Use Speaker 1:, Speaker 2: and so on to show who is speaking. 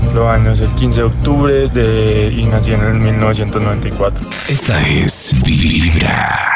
Speaker 1: cumplo años el 15 de octubre de, y nací en el 1994.
Speaker 2: Esta es Vibra.